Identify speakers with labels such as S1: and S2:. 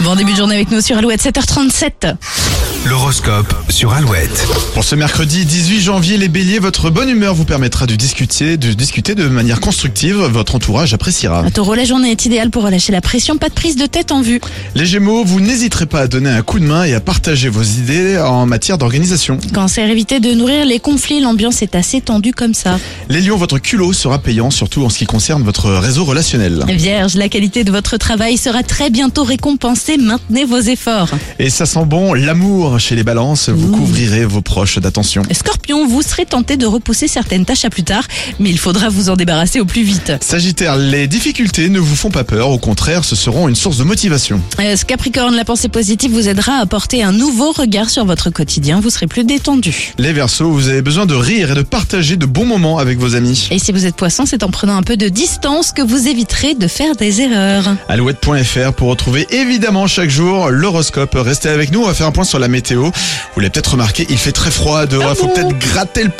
S1: Bon début de journée avec nous sur Alouette 7h37.
S2: L'horoscope sur Alouette.
S3: Pour ce mercredi 18 janvier, les béliers, votre bonne humeur vous permettra de discuter, de discuter de manière constructive. Votre entourage appréciera.
S1: Taureau, la journée est idéale pour relâcher la pression, pas de prise de tête en vue.
S3: Les gémeaux, vous n'hésiterez pas à donner un coup de main et à partager vos idées en matière d'organisation.
S1: Cancer, évitez de nourrir les conflits, l'ambiance est assez tendue comme ça.
S3: Les lions, votre culot sera payant, surtout en ce qui concerne votre réseau relationnel.
S1: Vierge, la qualité de votre travail sera très bientôt récompensée, maintenez vos efforts.
S3: Et ça sent bon, l'amour chez les balances, vous couvrirez vos proches d'attention.
S1: Scorpion, vous serez tenté de repousser certaines tâches à plus tard, mais il faudra vous en débarrasser au plus vite.
S3: Sagittaire, les difficultés ne vous font pas peur, au contraire, ce seront une source de motivation.
S1: Euh, ce Capricorne, la pensée positive vous aidera à porter un nouveau regard sur votre quotidien, vous serez plus détendu.
S3: Les Verseaux, vous avez besoin de rire et de partager de bons moments avec vos amis.
S1: Et si vous êtes poisson, c'est en prenant un peu de distance que vous éviterez de faire des erreurs.
S3: Alouette.fr pour retrouver évidemment chaque jour l'horoscope. Restez avec nous, on va faire un point sur la météo. Vous l'avez peut-être remarqué, il fait très froid dehors,
S1: Ah
S3: il faut
S1: bon
S3: peut-être gratter le